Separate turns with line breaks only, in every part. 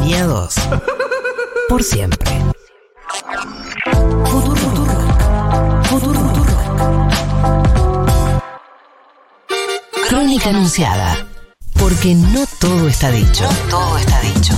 miedos por siempre. Futuro, futuro, futuro, futuro. Crónica anunciada. Porque no todo está dicho. todo está dicho.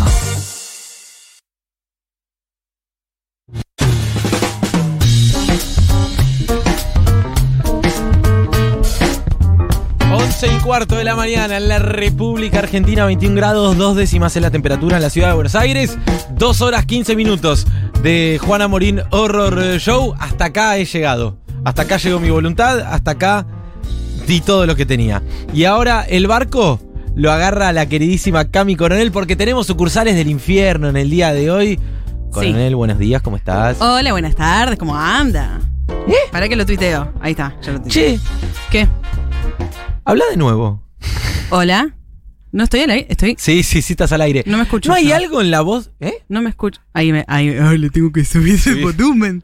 Once y cuarto de la mañana en la República Argentina, 21 grados, dos décimas en la temperatura en la ciudad de Buenos Aires, dos horas 15 minutos de Juana Morín Horror Show. Hasta acá he llegado. Hasta acá llegó mi voluntad, hasta acá di todo lo que tenía. Y ahora el barco lo agarra la queridísima Cami Coronel porque tenemos sucursales del infierno en el día de hoy. Coronel, buenos días, ¿cómo estás?
Hola, buenas tardes, ¿cómo anda? ¿Para que lo tuiteo? Ahí está, ya lo tuiteo.
¿Eh? Che,
¿Qué?
habla de nuevo.
Hola. No estoy al aire, estoy.
Sí, sí, sí, estás al aire.
No me escucho
¿No hay
yo.
algo en la voz? ¿Eh?
No me escucho. Ahí me. Ahí, ay, le tengo que subir el volumen.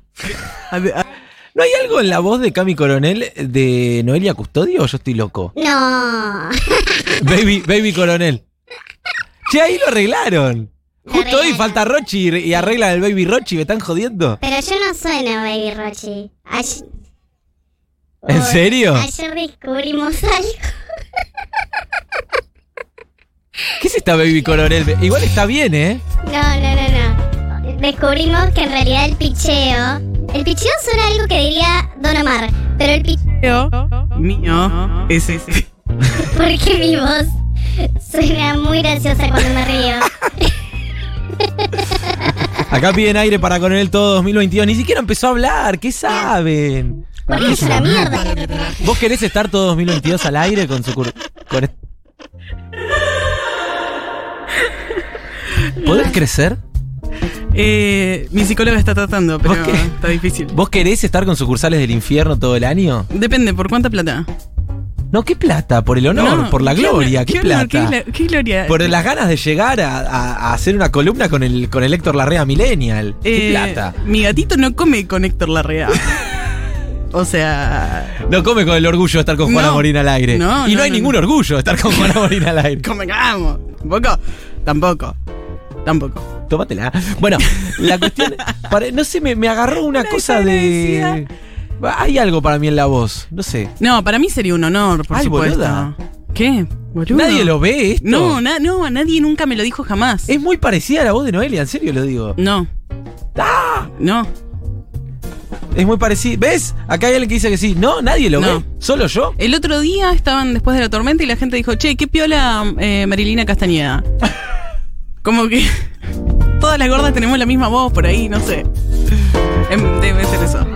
A ver, a-
¿No hay algo en la voz de Cami Coronel de Noelia Custodio o yo estoy loco?
No.
Baby, baby Coronel. Che, ahí lo arreglaron. Justo hoy
arreglaron.
falta Rochi y y arreglan el Baby Rochi, me están jodiendo.
Pero yo no sueno Baby Rochi. Ayer,
¿En serio?
ayer descubrimos algo.
¿Qué es esta Baby Coronel? Igual está bien, ¿eh?
No, no, no, no. Descubrimos que en realidad el picheo. El picheo suena algo que diría Don Omar. Pero el picheo.
mío. Es ese.
Porque mi voz suena muy graciosa cuando me río.
Acá piden aire para Coronel todo 2022. Ni siquiera empezó a hablar, ¿qué saben?
Porque es una mierda.
¿Vos querés estar todo 2022 al aire con su... cur- con est- ¿Podés crecer?
Eh, mi psicóloga está tratando, pero
¿Vos qué?
está difícil.
¿Vos querés estar con sucursales del infierno todo el año?
Depende, ¿por cuánta plata?
No, qué plata, por el honor, por la
¿qué
gloria,
honor-
qué,
honor,
plata.
qué gla- ¿Qué gloria? Eh,
por las ganas de llegar a, a- a hacer una columna con el, con el Héctor Larrea Millennial. Qué
Eh,
plata.
Mi gatito no come con Héctor Larrea. o sea.
No come con el orgullo de estar con Juana
No.
Morín al aire.
No,
y no,
no,
hay
no,
ningún orgullo de estar con Juana Morín al aire.
Convengamos. ¿Tampoco? Tampoco. Tampoco.
Tómatela. Bueno, la cuestión. pare- no sé, me, me agarró una cosa de. Hay algo para mí en la voz. No sé.
No, para mí sería un honor, por
Ay,
supuesto.
boluda.
¿Qué? Boludo.
Nadie lo ve esto.
No, na- no, a nadie nunca me lo dijo jamás.
Es muy parecida a la voz de Noelia, en serio lo digo.
No.
¡Ah!
No.
Es muy parecida. ¿Ves? Acá hay alguien que dice que sí. No, nadie lo
No.
ve. Solo yo.
El otro día estaban después de la tormenta y la gente dijo, che, qué piola eh, Marilina Castañeda. Como que todas las gordas tenemos la misma voz por ahí, no sé. Em, Debe ser eso.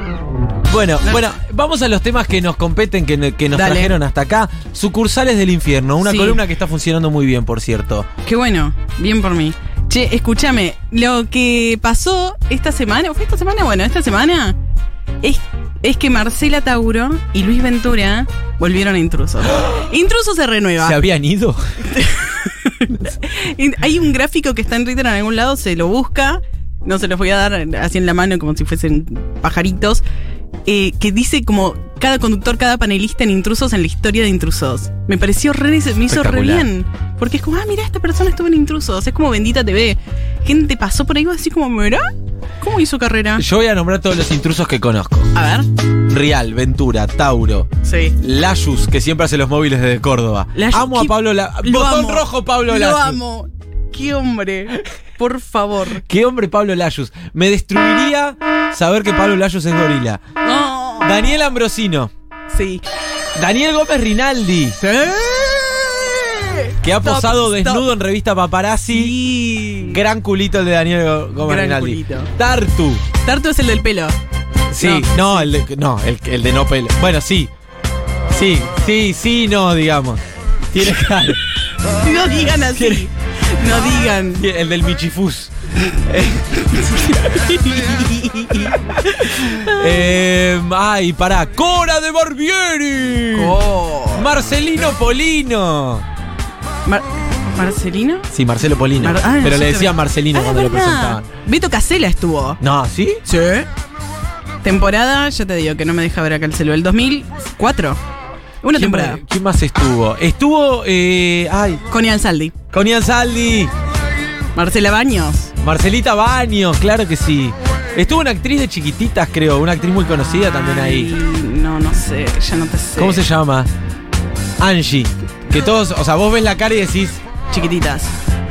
Bueno, bueno, vamos a los temas que nos competen, que, no- que nos
Dale.
trajeron hasta acá. Sucursales del infierno, una
Sí.
columna que está funcionando muy bien, por cierto.
Qué bueno, bien por mí. Che, escúchame, lo que pasó esta semana, ¿fue esta semana? Bueno, esta semana es, es que Marcela Tauro y Luis Ventura volvieron a Intrusos. Intrusos se renueva.
¿Se habían ido?
In- Hay un gráfico que está en Twitter en algún lado, se lo busca, no se los voy a dar así en la mano como si fuesen pajaritos, eh, que dice como cada conductor, cada panelista en Intrusos en la historia de Intrusos. Me pareció re, nece- me hizo re
Espectacular.
bien, porque es como, ah, mira, esta persona estuvo en Intrusos, es como Bendita TV. Gente pasó por ahí así como, mira, ¿cómo hizo carrera?
Yo voy a nombrar todos los intrusos que conozco.
A ver,
Real, Ventura, Tauro,
sí.
Layus, que siempre hace los móviles desde Córdoba.
Layus,
amo a
qué-
Pablo La...
Lo
Botón
amo.
rojo Pablo
Lo
Layus.
amo. Qué hombre. Por favor.
Qué hombre Pablo Layus. Me destruiría saber que Pablo Layus es gorila.
No.
Daniel Ambrosino.
Sí.
Daniel Gómez Rinaldi, que ha
Stop,
posado
stop.
desnudo en revista Paparazzi.
Sí.
Gran culito el de Daniel Go- Gómez
Gran
Rinaldi.
culito.
Tartu.
Tartu es el del pelo.
Sí, no, el, de, no el, el de no pelo. Bueno, sí. Sí, sí, sí, no, digamos. Tiene cara.
No digan así. No digan.
Tiene- El del Michifus. Eh, eh, ay, pará. Cora de Barbieri.
Oh.
Marcelino Polino.
Mar- ¿Marcelino?
Sí, Marcelo Polino.
Mar- ah,
pero
sí,
le decían
también.
Marcelino
Ah,
cuando lo
verdad.
presentaban.
Beto Casella estuvo.
No, ¿sí?
Sí. Temporada, ya te digo que no me deja ver acá el celular. El 2004. Una
¿Quién,
temporada.
¿Quién más estuvo? Estuvo. Eh, ay,
Connie Ansaldi.
Con Ian Saldi.
Marcela Baños.
Marcelita Baños, claro que sí. Estuvo una actriz de chiquititas, creo, una actriz muy conocida también ahí.
Ay, No, no sé, ya no te sé.
¿Cómo se llama? Angie. Que todos, o sea, vos ves la cara y decís,
Chiquititas.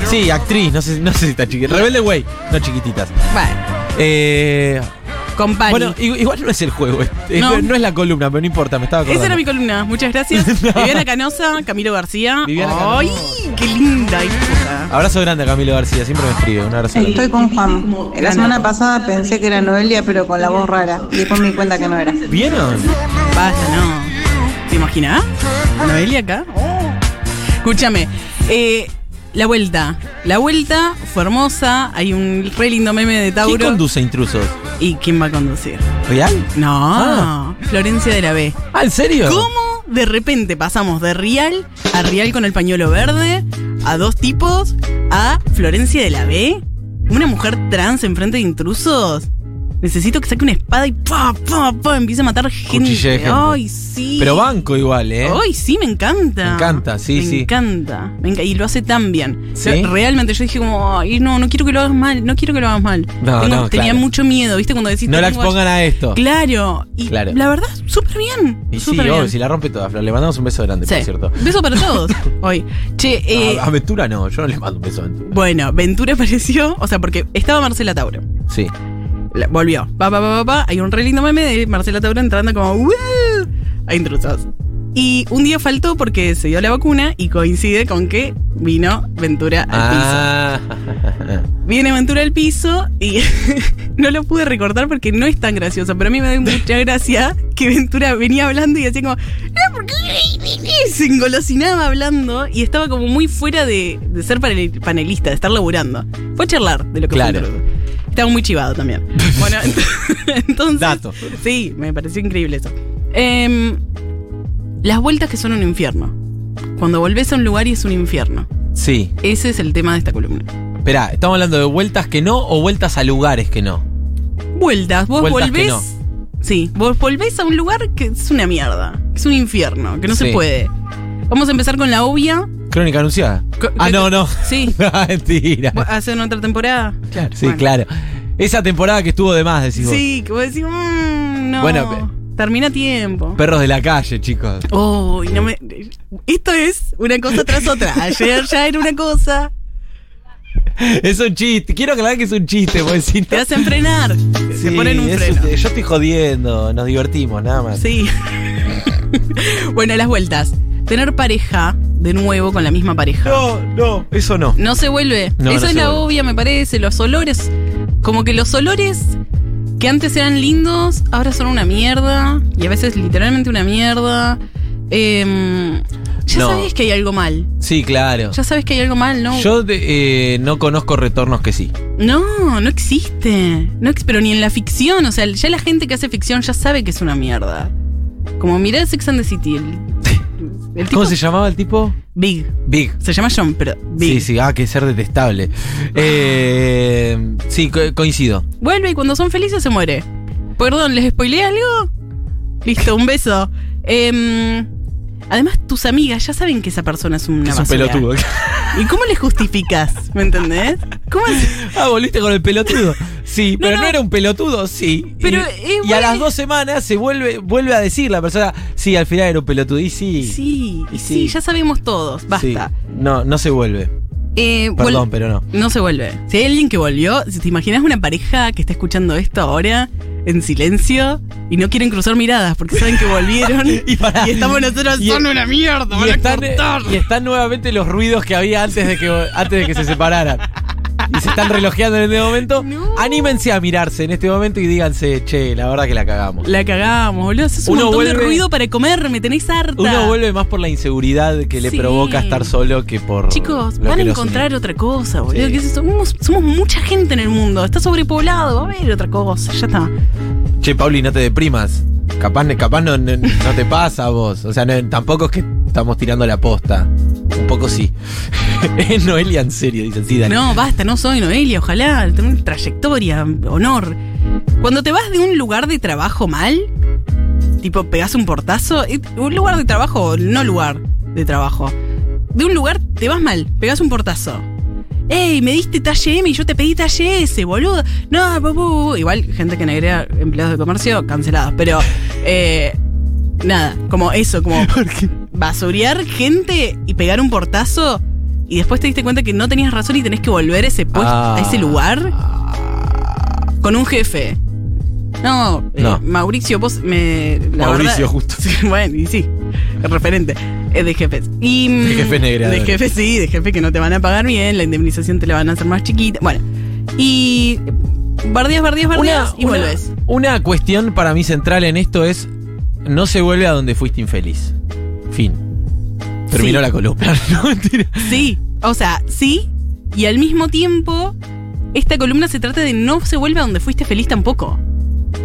sí, actriz, no sé, no sé si está chiquitita. Rebelde Way, no chiquititas.
Vale,
Eh,
company.
bueno, i- igual no es el juego, eh. Eh, no.
No.
no es la columna, pero no importa, me estaba acordando.
Esa era mi columna, muchas gracias. Viviana Canosa, Camilo García.
Viviana
¡Ay! ¡Qué linda hija!
Abrazo grande a Camilo García, siempre me escribe, un abrazo grande.
Estoy con Juan. La semana pasada pensé que era Noelia, pero con la voz rara. Y después me di cuenta que no era.
¿Vieron?
Basta, no. ¿Te imaginas? Noelia acá. Oh. Escúchame. eh, la vuelta. La vuelta fue hermosa. Hay un re lindo meme de
¿Quién
Tauro.
conduce intrusos?
¿Y quién va a conducir?
¿Real?
No,
Ah.
Florencia de la B.
Ah, ¿en serio?
¿Cómo de repente pasamos de Rial a Rial con el pañuelo verde, a dos tipos, a Florencia de la B? ¿Una mujer trans enfrente de intrusos? Necesito que saque una espada y pa, pa, pa, empiece a matar gente.
Cuchilla de gente.
Ay, sí.
Pero banco igual, ¿eh?
Ay, sí, me encanta.
Me encanta, sí,
Me
sí.
encanta. Me enca- y lo hace tan bien.
¿Sí?
Re- Realmente yo dije como, ay, no, no quiero que lo hagas mal, no quiero que lo hagas mal.
No, no,
tenía
claro.
mucho miedo, ¿viste? Cuando decís...
No la
tengo-
expongan a esto.
Claro. Y
Claro.
la verdad, súper bien.
Y sí,
súper bien.
obvio, si la rompe toda, Flor. Le mandamos un beso grande,
Sí.
por cierto.
Beso para todos hoy. Che, eh,
A- Aventura no, yo no le mando un beso a Aventura.
bueno, Ventura apareció, o sea, porque estaba Marcela Tauro.
Sí.
La- volvió. Pa, pa, pa, pa, pa. Hay un re lindo meme de Marcela Tauro entrando como "Woo", a intrusos. Y un día faltó porque se dio la vacuna y coincide con que vino Ventura al
Ah.
piso. Viene Ventura al piso y no lo pude recortar porque no es tan gracioso, pero a mí me da mucha gracia que Ventura venía hablando y hacía como "No, ¿por qué?" y se engolosinaba hablando y estaba como muy fuera de, de ser panel- panelista, de estar laburando. Fue a charlar de lo que fue
Claro.
intrusos. Estaba muy chivado también. Bueno, ent- entonces.
Dato.
Sí, me pareció increíble eso. Em, las vueltas que son un infierno. Cuando volvés a un lugar y es un infierno.
Sí.
Ese es el tema de esta columna.
Espera, ¿estamos hablando de vueltas que no o vueltas a lugares que no?
Vueltas, vos
Vueltas que
volvés.
no.
Sí, vos volvés a un lugar que es una mierda. que Es un infierno, que no
Sí.
se puede. Vamos a empezar con la obvia.
Crónica anunciada.
Co-
Ah, no, no.
Sí.
Mentira.
¿Hacen otra temporada? Claro.
Sí, claro. Esa temporada que estuvo de más, decís vos.
Sí, que vos decís, "Mm, no.
Bueno,
termina a tiempo.
Perros de la calle, chicos.
Uy, no me. Esto es una cosa tras otra. Ayer ya era una cosa.
Es un chiste. Quiero aclarar que es un chiste, porque si no-
Te hacen frenar.
Sí,
te ponen un
es
freno.
un- yo estoy jodiendo, nos divertimos, nada más.
Sí. bueno, las vueltas. Tener pareja de nuevo con la misma pareja.
No, no, eso no.
No se vuelve.
No, no
Esa es
se
la
vuelve.
obvia, me parece. Los olores. Como que los olores que antes eran lindos, ahora son una mierda. Y a veces literalmente una mierda. Em, ya
No.
sabes que hay algo mal.
Sí, claro.
Ya sabes que hay algo mal, ¿no?
Yo de- eh, no conozco retornos que sí.
No, no existe. No, ex- pero ni en la ficción. O sea, ya la gente que hace ficción ya sabe que es una mierda. Como mirá Sex and the City. El, el tipo
¿Cómo se llamaba el tipo?
Big.
Big.
Se llama John, pero
Sí,
Big.
sí, ah, que ser detestable.
Ah.
Eh, sí, co- coincido.
Vuelve y cuando son felices se muere. Perdón, ¿les spoileé algo? Listo, un beso. Em, además, tus amigas ya saben que esa persona es una
es un
basura.
pelotudo.
¿Y cómo les justificas? ¿Me entendés? ¿Cómo es?
ah, volviste con el pelotudo. Sí, pero no,
no.
era un pelotudo, sí.
Pero,
y,
eh,
y a
bueno.
las dos semanas se vuelve, vuelve a decir la persona, sí, al final era un pelotudo. Y sí.
Sí,
Y
sí,
sí.
ya sabemos todos.
sí.
Basta.
No, no se vuelve.
Eh,
Perdón,
vuel-
pero no.
No se vuelve. Si hay alguien que volvió, si te imaginas una pareja que está escuchando esto ahora, en silencio, y no quieren cruzar miradas porque saben que volvieron.
Y pará.
estamos nosotros,
Y- e-
son una mierda,
y
van a
están,
cortar.
y están nuevamente los ruidos que había antes de que, antes de que se separaran. Y se están relojeando en este momento.
No.
Anímense a mirarse en este momento y díganse, che, la verdad que la cagamos.
La cagamos, boludo. Haces un
Uno
montón de
vuelve-
ruido para comer, me tenéis harta.
Uno vuelve más por la inseguridad que le
Sí.
provoca estar solo que por.
Chicos,
lo
van a
que nos
encontrar
une.
otra cosa, boludo.
Sí.
¿Qué es eso? Somos, somos mucha gente en el mundo. Está sobrepoblado, va a haber otra cosa. Ya está.
Che, Pauli, no te deprimas. Capaz, capaz no, no- no te pasa a vos. O sea, no- tampoco es que estamos tirando la posta. Un poco sí. es Noelia en serio, dicen. Sí, Dani.
No, basta, no soy Noelia, ojalá, tengo una trayectoria, honor. Cuando te vas de un lugar de trabajo mal, tipo pegas un portazo, eh, un lugar de trabajo, no lugar de trabajo. De un lugar te vas mal, pegas un portazo. ¡Ey, me diste talle M y yo te pedí talle S, boludo! No, bu, bu, bu. Igual, gente que negra empleados de comercio, cancelados. Pero, eh, nada, como eso, como basurear gente y pegar un portazo y después te diste cuenta que no tenías razón y tenés que volver a ese puesto,
Ah.
a ese lugar con un jefe. No, eh,
No.
Mauricio, vos me. la
Mauricio,
verdad-
justo.
Sí, bueno, y sí, el referente. Es de jefes. Y, mm,
De jefes negreadores.
De jefes, sí, de jefes que no te van a pagar bien, la indemnización te la van a hacer más chiquita. Bueno, y. Bardeas, bardeas, bardeas y vuelves.
una cuestión para mí central en esto es: no se vuelve a donde fuiste infeliz. Fin. Terminó
Sí.
la columna. No, mentira.
Sí, o sea, sí, y al mismo tiempo, esta columna se trata de no se vuelve a donde fuiste feliz tampoco.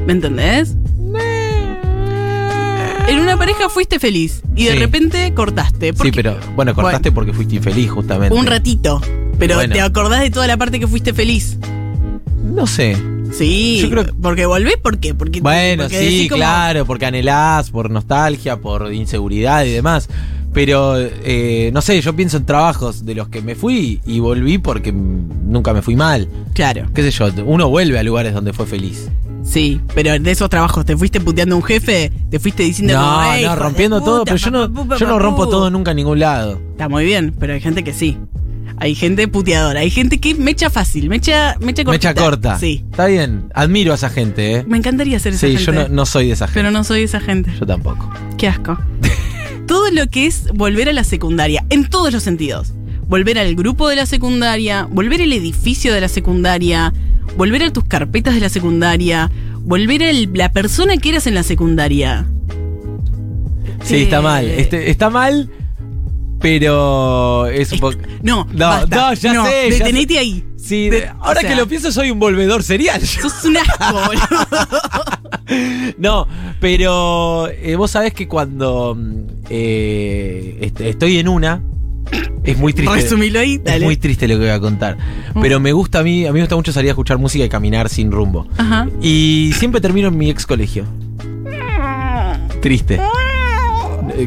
¿Me entendés? En una pareja fuiste feliz y de
Sí.
repente cortaste.
Sí,
porque-
pero bueno, cortaste porque fuiste infeliz, justamente.
Un ratito. Pero
Bueno.
te acordás de toda la parte que fuiste feliz.
No sé.
Sí.
Yo creo que-
Porque volvés, ¿por qué? Porque,
Bueno,
porque
sí,
decís como-
claro, porque anhelás, por nostalgia, por inseguridad y demás. Pero, eh, no sé, yo pienso en trabajos de los que me fui y volví porque mm, nunca me fui mal.
Claro,
Qué sé yo, uno vuelve a lugares donde fue feliz.
sí. Pero de esos trabajos, ¿te fuiste puteando a un jefe? ¿Te fuiste diciendo como,
No,
"Ey, hijo
no,
de
rompiendo todo,
puta,
pero yo
papu,
no, yo no
papu"?
rompo todo nunca en ningún lado.
Está muy bien, pero hay gente que sí. Hay gente puteadora, hay gente que mecha fácil, mecha, mecha cortita.
Mecha corta.
Sí.
Está bien, admiro a esa gente, ¿eh?
Me encantaría ser esa
Sí,
gente.
yo no, no soy de esa gente.
Pero no soy esa gente.
Yo tampoco.
Qué asco. Todo lo que es volver a la secundaria, en todos los sentidos. Volver al grupo de la secundaria, volver al edificio de la secundaria, volver a tus carpetas de la secundaria, volver a la persona que eras en la secundaria.
Sí, está mal.
Eh.
Este, está mal, pero es un poco.
No,
No,
basta.
no, ya sé, ya
Detenete ahí.
Sí,
De-
ahora
o sea,
que lo pienso soy un volvedor serial. yo.
Sos un asco, boludo.
No, pero eh, vos sabés que cuando mm, eh, est- estoy en una, es muy triste.
Resumilo ahí,
es
dale. Mm.
muy triste lo que voy a contar. Pero me gusta a mí, a mí me gusta mucho salir a escuchar música y caminar sin rumbo.
Ajá.
Y siempre termino en mi ex colegio. Triste. Eh,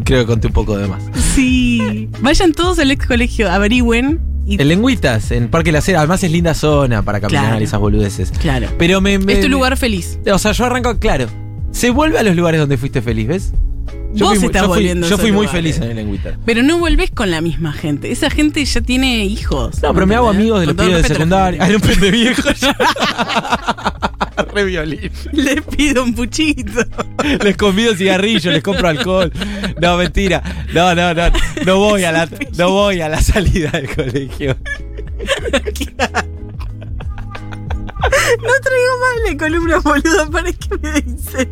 Creo que conté un poco de más.
Sí. Vayan todos al ex colegio, averigüen. Y,
En Lengüitas, en Parque La Cera, además es linda zona para caminar
Claro.
esas boludeces.
claro.
Pero me, me-
es tu
me-
lugar feliz.
O sea, yo arranco, claro. Se vuelve a los lugares donde fuiste feliz, ¿ves?
Vos
muy-
estás
yo fui-
volviendo a
Yo
esos
fui muy
lugares.
feliz en el Lengüita.
Pero no volvés con la misma gente. Esa gente ya tiene hijos.
No, pero me hago
¿entendés?
amigos de los
Con todo
pibes de
respeto a la
secundaria. Ay, un pende viejo. Re violín.
gente. Les pido un puchito.
Les convido cigarrillos, les compro alcohol. No, mentira. No, no, no. No voy a la, no voy a la salida del colegio.
No traigo más la columna, boludo. ¿Para qué me dicen?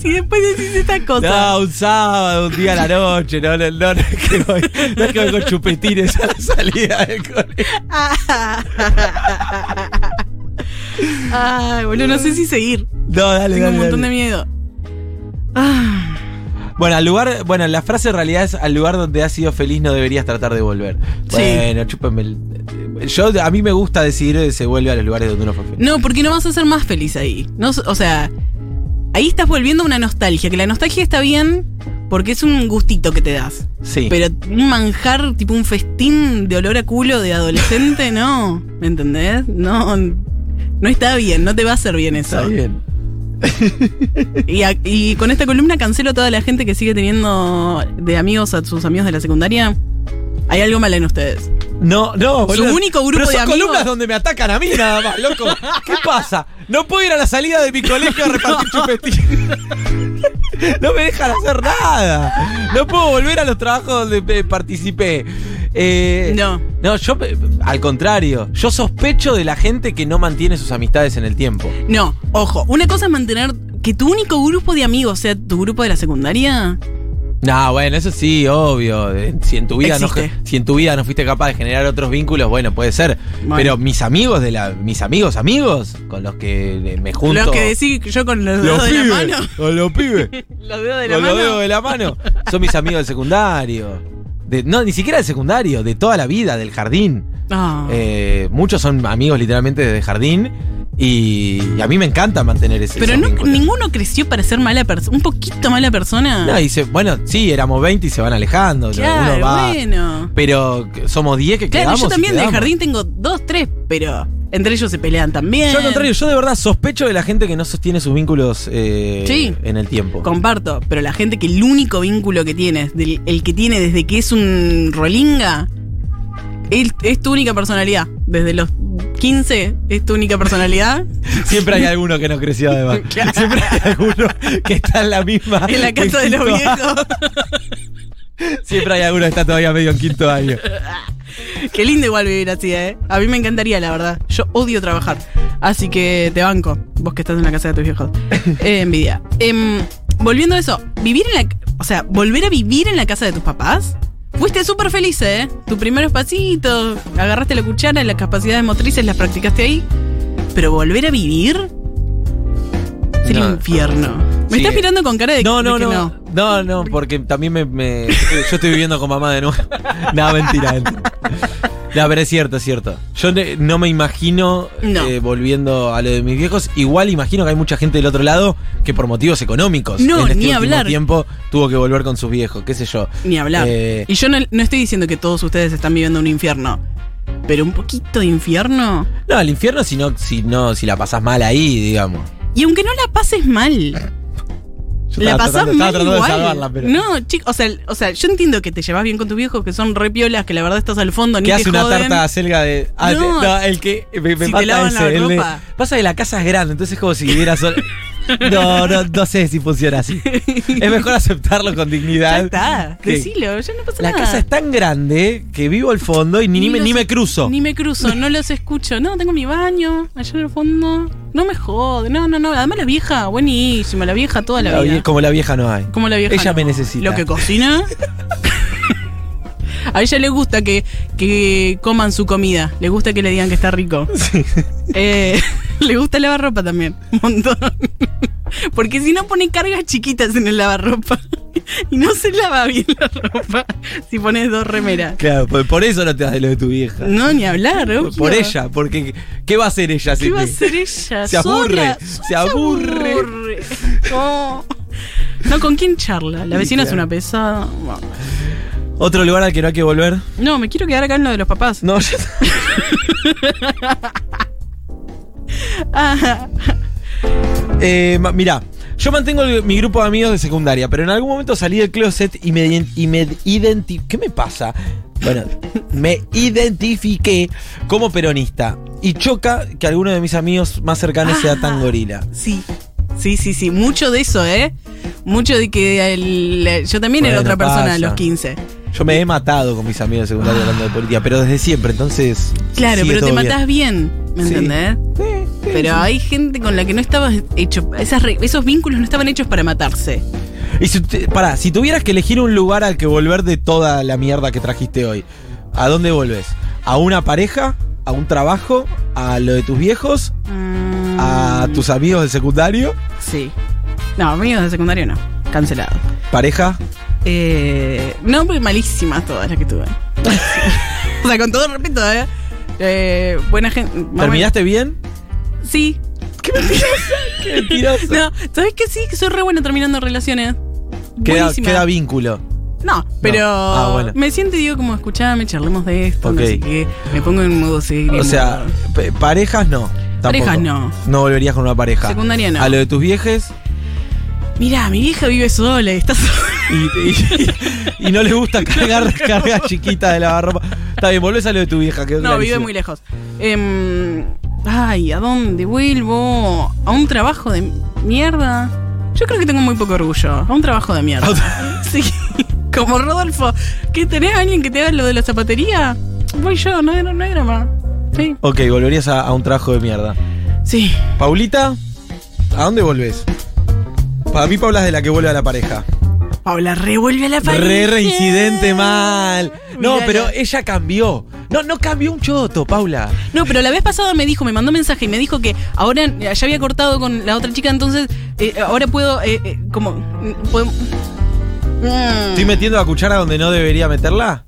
Si después decís estas cosas.
No, un sábado, un día a la noche. No, no, no, no es que voy, no es que voy con chupetines a la salida del colegio.
Ay, boludo, no sé si seguir.
No, dale,
Tengo
dale,
un montón
dale.
de miedo. Ah,
Bueno, al lugar, bueno, la frase en realidad es al lugar donde has sido feliz no deberías tratar de volver.
Sí.
Bueno, chúpame el- Yo a mí me gusta decir eh, se vuelve a los lugares donde uno fue feliz.
no, porque no vas a ser más feliz ahí. No, o sea, ahí estás volviendo a una nostalgia. Que la nostalgia está bien porque es un gustito que te das.
Sí.
Pero un manjar, tipo un festín de olor a culo de adolescente, no. ¿Me entendés? No. No está bien, no te va a hacer bien eso.
Está bien.
Y, a- y con esta columna cancelo a toda la gente que sigue teniendo de amigos a sus amigos de la secundaria. Hay algo mal en ustedes.
No, no,
Su único grupo
Pero
de
son
amigos-
columnas donde me atacan a mí nada más, loco. ¿Qué pasa? No puedo ir a la salida de mi colegio a repartir chupetines. No me dejan hacer nada. No puedo volver a los trabajos donde eh, participé. Eh,
No.
No, yo eh, al contrario, yo sospecho de la gente que no mantiene sus amistades en el tiempo.
No, ojo, una cosa es mantener que tu único grupo de amigos sea tu grupo de la secundaria.
No, bueno, eso sí, obvio. Eh, Si en tu vida no,
Existe.
si en tu vida no fuiste capaz de generar otros vínculos, bueno, puede ser.
Bueno.
Pero mis amigos de la, mis amigos, amigos, con los que eh, me junto.
Los que decís yo con los dedos
los
de
pibes,
la mano.
con los pibes,
Los dedos de la
con los dedos
mano.
de la mano. Son mis amigos del secundario. De- no, ni siquiera del secundario, de toda la vida, del jardín.
Ah,
Eh, muchos son amigos literalmente desde jardín Y, y a mí me encanta mantener ese
Pero
esos
no,
vínculos.
ninguno creció para ser mala persona. Un poquito mala persona.
No, dice, bueno, sí, éramos 20 y se van alejando. ¿no?
claro,
Uno va.
bueno.
Pero somos 10 que
Claro,
quedamos.
yo
y
también del
quedamos.
jardín tengo dos, tres, pero entre ellos se pelean también.
Yo al contrario, yo de verdad sospecho de la gente que no sostiene sus vínculos eh,
Sí.
en el tiempo.
Comparto, pero la gente que el único vínculo que tiene, es del- el que tiene desde que es un rolinga, él- es tu única personalidad. Desde los 15 es tu única personalidad.
Siempre hay alguno que no creció además. Siempre hay alguno que está en la misma.
en la casa de los
quinto A.
viejos.
Siempre hay alguno que está todavía medio en quinto año.
Qué lindo igual vivir así, ¿eh? A mí me encantaría, la verdad. Yo odio trabajar. Así que te banco, vos que estás en la casa de tus viejos. Eh, envidia. Em, volviendo a eso, vivir en la... O sea, volver a vivir en la casa de tus papás. Fuiste súper feliz, ¿eh? Tus primeros pasitos, agarraste la cuchara, las capacidades motrices las practicaste ahí. Pero volver a vivir... Sería
No.
un infierno. Me
Sí.
estás mirando con cara de
No, no,
de que
no, no. No, porque también me, me- Yo estoy viviendo con mamá de nuevo. No, mentira. mentira. No, pero es cierto, es cierto. Yo ne- no me imagino
No.
eh, volviendo a lo de mis viejos. Igual imagino que hay mucha gente del otro lado que por motivos económicos.
No,
en este
ni
último
hablar.
tiempo tuvo que volver con sus viejos, qué sé yo.
Ni hablar.
Eh,
y yo no, no estoy diciendo que todos ustedes están viviendo un infierno. Pero un poquito de infierno.
No, al infierno si no, si no, si la pasás mal ahí, digamos.
Y aunque no la pases mal,
Yo
la
estaba
pasás
tratando-
mal
estaba tratando
igual.
de salvarla, pero.
No, chicos, o sea, o sea, yo entiendo que te llevas bien con tus viejos, que son re piolas, que la verdad estás al fondo, ni
Que
te
hace una
joden.
tarta acelga de. ah,
No,
te- no, el que. eh, Me, me
si te
mata
lavan la
ese, el de-
ropa.
pasa que la casa es grande, entonces es como si viviera solo. No, no, no sé si funciona así. Es mejor aceptarlo con
Ya
dignidad.
está,
Que
decilo, ya no pasa
La
nada.
casa es tan grande que vivo al fondo y ni, ni me,
los-
ni me cruzo.
Ni me cruzo, no los escucho. No, tengo mi baño, allá en el fondo. No me jode, no, no, no. Además la vieja, buenísima, la vieja toda la,
La vie-
vida.
como la vieja no hay.
Como la vieja.
Ella
no.
me necesita.
Lo que cocina. A ella le gusta que, que coman su comida. Le gusta que le digan que está rico. Eh, le gusta lavar ropa también. Un montón. Porque si no pone cargas chiquitas en el lavarropa. Y no se lava bien la ropa si pones dos remeras.
Claro, por, por eso no te das de lo de tu vieja.
No, ni hablar,
Por-
obvio.
por ella, porque ¿qué va a hacer ella?
¿Qué
si
va a
te-
hacer ella?
Se aburre,
Sola.
se aburre.
No. No, ¿con quién charla? La vecina es una pesada. Bueno.
Otro lugar al que no hay que volver.
No, me quiero quedar acá en lo de los papás.
No, yo-
Ah,
Eh, ma- mirá, yo mantengo el- mi grupo de amigos de secundaria, pero en algún momento salí del closet y me, ident- y me identi- ¿Qué me pasa? Bueno, me identifiqué como peronista. Y choca que alguno de mis amigos más cercanos sea tan gorila.
sí. Sí, sí, sí. Mucho de eso, ¿eh? Mucho de que el- yo también era
Bueno,
otra persona
pasa.
a los 15.
Yo me he matado con mis amigos de secundaria hablando de política, pero desde siempre, entonces.
Claro,
sigue
pero te
todo bien.
matás bien, ¿me
Sí.
entendés?
Sí, sí,
Pero
sí.
hay gente con la que no estabas hecho. esas re- esos vínculos no estaban hechos para matarse.
Y si, te- pará, si tuvieras que elegir un lugar al que volver de toda la mierda que trajiste hoy, ¿a dónde volves? ¿A una pareja? ¿A un trabajo? ¿A lo de tus viejos?
Mm,
¿A tus amigos del secundario?
Sí. No, amigos de secundario no. Cancelado.
¿Pareja?
Eh, no, pues malísimas todas las que tuve. o sea, con todo respeto, ¿eh? Eh, buena gente.
¿Terminaste bien?
Sí.
¡Qué mentirosa! ¡Qué mentirosa!
No, ¿sabes qué? Sí, que soy re buena terminando relaciones.
queda,
Buenísima.
queda vínculo.
No, pero
Ah, bueno.
me siento y digo como, escuchame, charlemos de esto,
Ok.
no sé qué. Me pongo en modo serio.
O sea, pe- parejas no. tampoco.
Parejas no.
No volverías con una pareja.
Secundaria no.
A lo de tus viejes
Mirá, mi vieja vive sola y está sola.
y, y- y no les gusta cargar cargas chiquitas de lavarropa. Está bien, volvés a lo de tu vieja. quedó
No, vive
clarísimo.
muy lejos. Em, ay, ¿a dónde vuelvo? ¿A un trabajo de mierda? Yo creo que tengo muy poco orgullo. A un trabajo de
A un
mierda. Sí. Como Rodolfo, ¿qué tenés alguien que te haga lo de la zapatería? Voy yo, no hay, no hay drama. Sí.
Ok, volverías a, a un trabajo de mierda.
Sí.
Paulita, ¿a dónde volvés? Para mí Paula es de la que vuelve a la pareja.
Paula, revuelve a la pareja.
Re reincidente mal. No,
Mirá
pero
la-
ella cambió. No, no cambió un choto, Paula.
No, pero la vez pasada me dijo, me mandó mensaje y me dijo que ahora eh, ya había cortado con la otra chica, entonces eh, ahora puedo, eh, eh, como, mm, puedo- Mm.
¿Estoy metiendo la cuchara donde no debería meterla?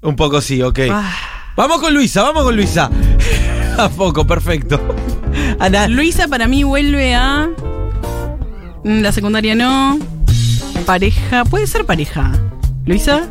Un poco sí, ok.
Ah.
Vamos con Luisa, vamos con Luisa. A poco, perfecto. A na-
Luisa para mí vuelve a. mm, La secundaria no. Pareja. Puede ser pareja. ¿Luisa?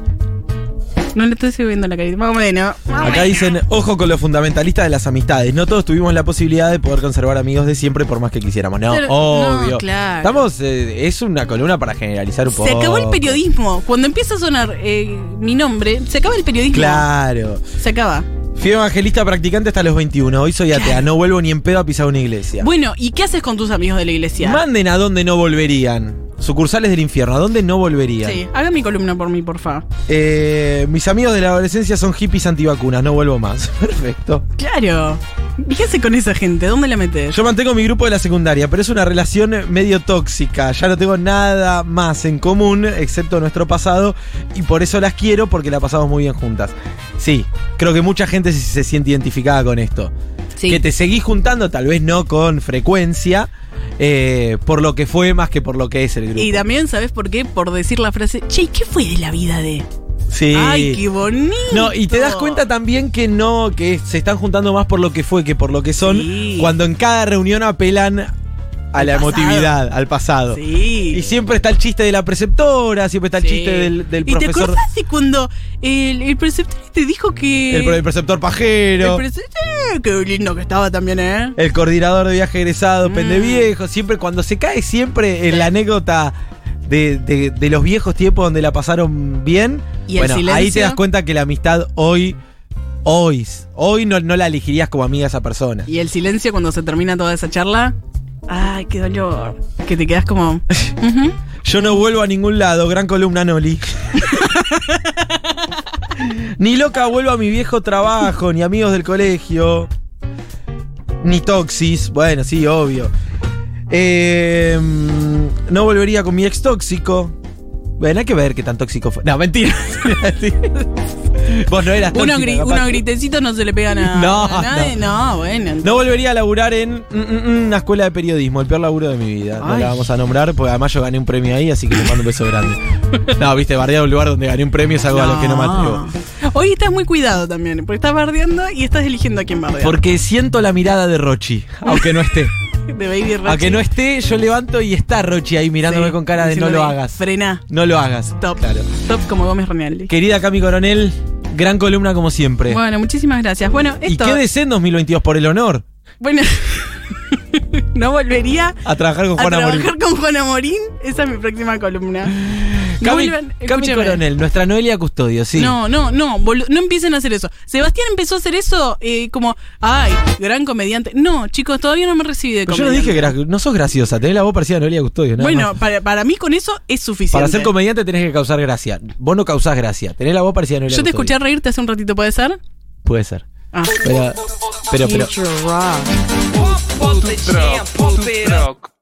No le estoy subiendo la carita. Más o menos.
Acá dicen, ojo con los fundamentalistas de las amistades. No todos tuvimos la posibilidad de poder conservar amigos de siempre por más que quisiéramos. No,
Pero- no,
obvio.
claro.
Estamos, eh, es una columna para generalizar un poco.
Se acabó el periodismo. Cuando empieza a sonar eh, mi nombre, se acaba el periodismo.
Claro.
Se acaba.
Fui evangelista practicante hasta los 21. Hoy soy atea. No vuelvo ni en pedo a pisar una iglesia.
Bueno, ¿y qué haces con tus amigos de la iglesia?
Manden a dónde no volverían. Sucursales del infierno. ¿A dónde no volverían?
sí, haga mi columna por mí, porfa.
Eh, mis amigos de la adolescencia son hippies antivacunas. No vuelvo más. Perfecto.
Claro. Fíjese con esa gente, ¿dónde la metes?
Yo mantengo mi grupo de la secundaria, pero es una relación medio tóxica. Ya no tengo nada más en común, excepto nuestro pasado, y por eso las quiero, porque la pasamos muy bien juntas. Sí, creo que mucha gente se, se siente identificada con esto.
Sí.
Que te seguís juntando, tal vez no con frecuencia, eh, por lo que fue más que por lo que es el grupo.
Y también, ¿sabes por qué? Por decir la frase, che, ¿qué fue de la vida de?
Sí.
Ay, qué bonito.
No, y te das cuenta también que no, que se están juntando más por lo que fue que por lo que son,
Sí.
cuando en cada reunión apelan a la
pasado.
emotividad, al pasado.
Sí.
Y siempre está el chiste de la preceptora, siempre está el
Sí.
chiste del, del
¿Y ¿Te
profesor.
acordás de cuando el, el preceptor te dijo que.
El, pro- el preceptor pajero.
el
El,
preceptor. Qué lindo que estaba también, ¿eh?
coordinador de viaje egresado,
Mm.
pendeviejo. Siempre, cuando se cae siempre en la anécdota de, de- de los viejos tiempos donde la pasaron bien.
Y el
bueno, ahí te
silencio.
das cuenta que la amistad hoy, hoy, hoy no, no la elegirías como amiga a esa persona.
Y el silencio cuando se termina toda esa charla. Ay, qué dolor. Que te quedas como. ujú.
Yo no vuelvo a ningún lado, gran columna Noli. ni loca vuelvo a mi viejo trabajo, ni amigos del colegio, ni toxis, bueno, sí, obvio. Eh, mm, no volvería con mi ex tóxico. Bueno, hay que ver qué tan tóxico fue. No, mentira. Vos no eras
Uno,
tóxica,
gri-
capaz.
uno gritecito no se le pega nada.
No,
a nadie. No, bueno.
No volvería a laburar en mm, mm, mm, una escuela de periodismo, el peor laburo de mi vida. No
Ay.
la vamos a nombrar, porque además yo gané un premio ahí, así que le mando un beso grande. No, viste, bardear un lugar donde gané un premio es algo a lo que no me atrevo.
Hoy estás muy cuidado también, porque estás bardeando y estás eligiendo a quién bardear.
Porque siento la mirada de Rochi, aunque no esté.
De Baby Rochi.
Aunque no esté, yo levanto y está Rochi ahí mirándome
Sí,
con cara de no
diciéndole,
lo hagas.
Frená.
No lo hagas.
Top.
Claro.
Top como Gómez Ronaldi.
Querida Cami Coronel, gran columna como siempre.
Bueno, muchísimas gracias. Bueno,
y
esto.
quédese en 2022 por el honor
Bueno. no volvería
a trabajar con
a
Juana
trabajar
Morín.
con Juana Morín. Esa es mi próxima columna. No
Cami,
vuelvan-
Cami
escúcheme.
Coronel, nuestra Noelia Custodio, sí.
No, no, no, bolu- no empiecen a hacer eso. Sebastián empezó a hacer eso eh, como, ay, gran comediante. No, chicos, todavía no me recibí de
Pero yo no
comediante.
dije que eras- no sos graciosa, tenés la voz parecida a Noelia Custodio, nada
Bueno,
más.
para, para mí con eso es suficiente.
Para ser comediante tenés que causar gracia. Vos no causás gracia, tenés la voz parecida a Noelia
Yo te
Custodio.
escuché reírte hace un ratito, ¿puede ser?
Puede ser.
Ah.
Pero, pero, pero.
Future Rock.
Pump, pump the jam, pump it up.